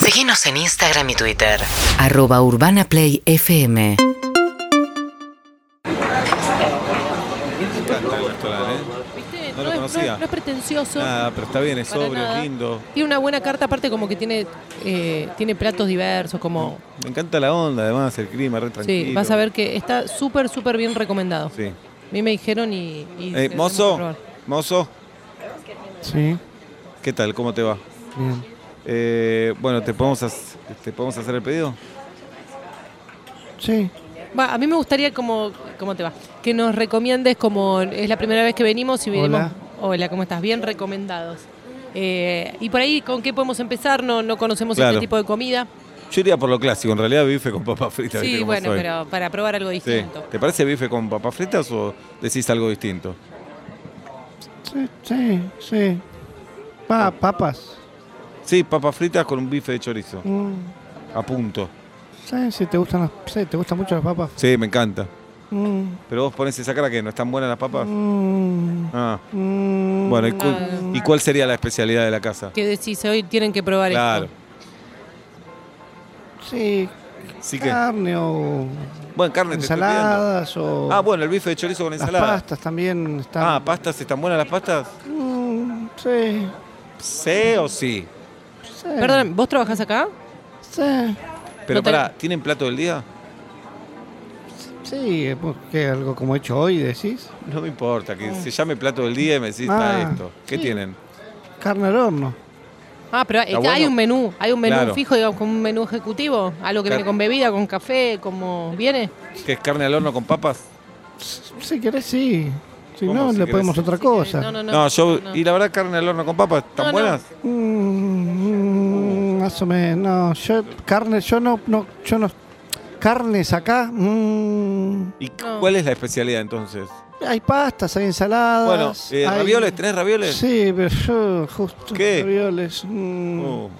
Seguinos en Instagram y Twitter. arroba urbanaplayfm Me encanta el restaurante, ¿eh? ¿Viste? No lo es- conocía. es- no es pretencioso. Nada, pero está bien, es para sobrio, nada. es lindo. Tiene una buena carta, aparte como que tiene, eh, tiene platos diversos, como... Me encanta la onda, además, el clima, re Mm, tranquilo. Sí, vas a ver que está súper, súper bien recomendado. Sí. A mí me dijeron y... y Eh, tenemos que mozo, probar. mozo, Sí, ¿qué tal? ¿Cómo te va? bien. Eh, bueno, ¿te podemos, hac- ¿te podemos hacer el pedido? Sí, Va, a mí me gustaría como... ¿Cómo te va? Que nos recomiendes como... Es la primera vez que venimos y venimos... Hola. Hola, ¿cómo estás? Bien recomendados. Eh, y por ahí, ¿con qué podemos empezar? No, no conocemos Claro. este tipo de comida. Yo iría por lo clásico, en realidad bife con papas fritas. ¿viste Sí, cómo bueno, soy? pero para probar algo Sí. distinto. ¿Te parece bife con papas fritas o decís algo distinto? sí, sí, sí. Pa, papas. Sí, papas fritas con un bife de chorizo, Mm, a punto. ¿Sabes si te gustan las, sí, te gustan mucho las papas? Sí, me encanta. Mm, Pero vos ponés esa cara que no están buenas las papas. mm, Ah, mm. bueno, ¿y, cu- Ah. y cuál sería la especialidad de la casa? ¿Qué decís? Hoy tienen que probar Claro. esto. Sí, Así que, carne o bueno, carne te estoy pidiendo. ensaladas o Ah, bueno, el bife de chorizo con las ensalada. pastas también están. Ah, pastas, ¿están buenas las pastas? Mm, sí, Sí o sí. sí. Eh. Perdón, ¿vos trabajás acá? Sí, Pero No te- pará, ¿tienen plato del día? sí, eh, pues, ¿qué, algo como hecho hoy, decís. No me importa, que Mm. se llame plato del día y me decís, Ah. está esto. ¿Qué tienen? Carne al horno. Ah, pero eh, hay bueno? un menú, hay un menú Claro. fijo, digamos, como un menú ejecutivo, algo Claro. que viene con bebida, con café, como viene. ¿Qué es carne al horno con papas? Si querés, sí. Si ¿Cómo no, si le querés? podemos otra cosa. No, no, no. No, yo. no. ¿Y la verdad, carne al horno con papas? ¿Están No, no. buenas? Mm, mm, más o menos, no, yo carne, yo no, no, yo no, carnes acá, mm, ¿Y No. cuál es la especialidad entonces? hay pastas, hay ensaladas. Bueno, eh, hay- ¿ravioles? ¿Tenés ravioles? Sí, pero yo justo ¿Qué? ravioles. mm, Oh.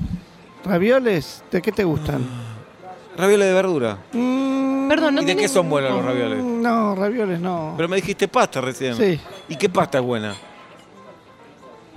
¿Ravioles? ¿De qué te gustan? Ravioles de verdura. Mm, Perdón, no ¿Y de qué tenés- son buenos los ravioles? No, ravioles no. Pero me dijiste pasta recién. Sí. ¿Y qué pasta es buena?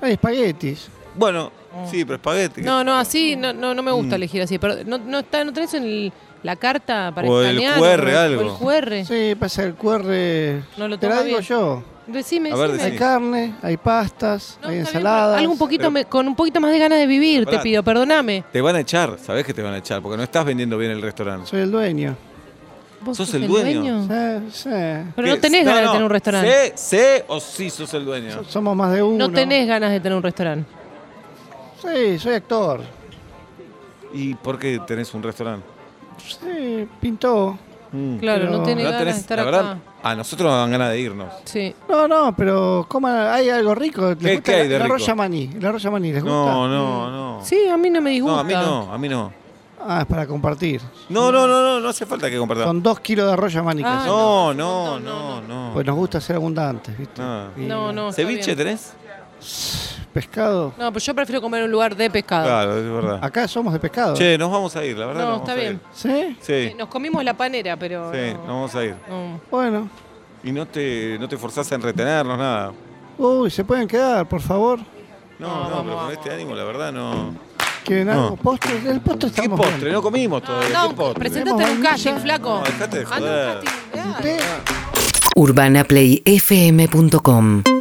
Hay espaguetis. Bueno, sí, pero espagueti. Oh. No, no, así no, no, no me Mm. gusta elegir así. Pero no, no, está, ¿No tenés en el- la carta para O el escanear? QR algo. O el QR. Sí, pasa el QR. No lo te la toma digo bien. yo. Decime, A ver, decime. Hay Sí. carne, hay pastas, No, hay está bien, pero ensaladas. algo un poquito Pero- me- con un poquito más de ganas de vivir, Pará. te pido, perdóname. Te van a echar, sabés que te van a echar, porque no estás vendiendo bien el restaurante. Soy el dueño. ¿Vos ¿Sos el dueño? Mm. Sí, sí. Pero no ¿Qué? tenés ganas de tener un no. restaurante. Sé, sé o sí sos el dueño. Somos más de uno. No tenés ganas de tener un restaurante. Sí, soy actor. ¿Y por qué tenés un restaurante? Sí, pintó. Mm. Claro, Pero- no tenés No ganas tenés- de estar la acá. verdad, a nosotros nos dan ganas de irnos. Sí. No, no, pero coman, hay algo rico. ¿Les ¿Qué- gusta qué hay de la, la rico? roya maní. La roya maní, ¿les gusta? No, no, no. Mm. Sí, a mí no me disgusta. No, a mí no, a mí no. Ah, es para compartir. No, no, no, no, no hace falta que compartamos. Son dos kilos de roya maní. Ah, casi. No, no, no, no. Pues nos gusta ser abundantes, ¿viste? Ah. Y No, no. está ¿Ceviche bien. tenés? Pescado. No, pero yo prefiero comer en un lugar de pescado. Claro, es verdad. Acá somos de pescado. Che, nos vamos a ir, la verdad. No, nos está vamos a ir. bien. ¿Sí? Eh, Sí, Nos comimos la panera, pero. sí, nos no. vamos a ir. no. Bueno. Y no te, no te forzás en retenernos, nada. Uy, se pueden quedar, por favor. No, no, pero con este ánimo, la verdad, no. ¿Quieren No. algo? ¿Postre? El postre ¿Qué estamos postre? bien. No comimos todavía. No, ¿Qué postre? presentate en un Tenemos casting, vainilla. flaco. No, dejate de Anda a un joder. casting, ya. Té. urbanaplayfm.com